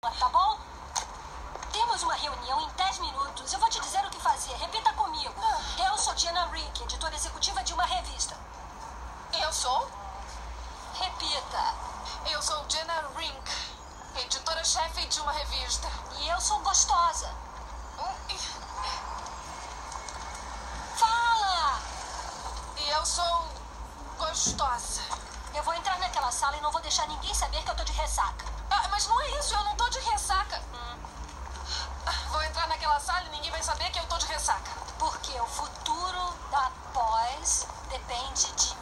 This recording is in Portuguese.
tá bom? Temos uma reunião em 10 minutos. Eu vou te dizer o que fazer. Repita comigo. Eu sou Diana Rick, editora executiva de uma revista. Eu sou? Repita. Eu sou Jenna Rink, editora-chefe de uma revista. E eu sou gostosa. Fala! E eu sou gostosa. Eu vou entrar naquela sala e não vou deixar ninguém saber que eu tô de ressaca. Ah, mas não é isso, eu não tô de ressaca. Ah, Vou entrar naquela sala e ninguém vai saber que eu tô de ressaca. Porque o futuro da pós depende de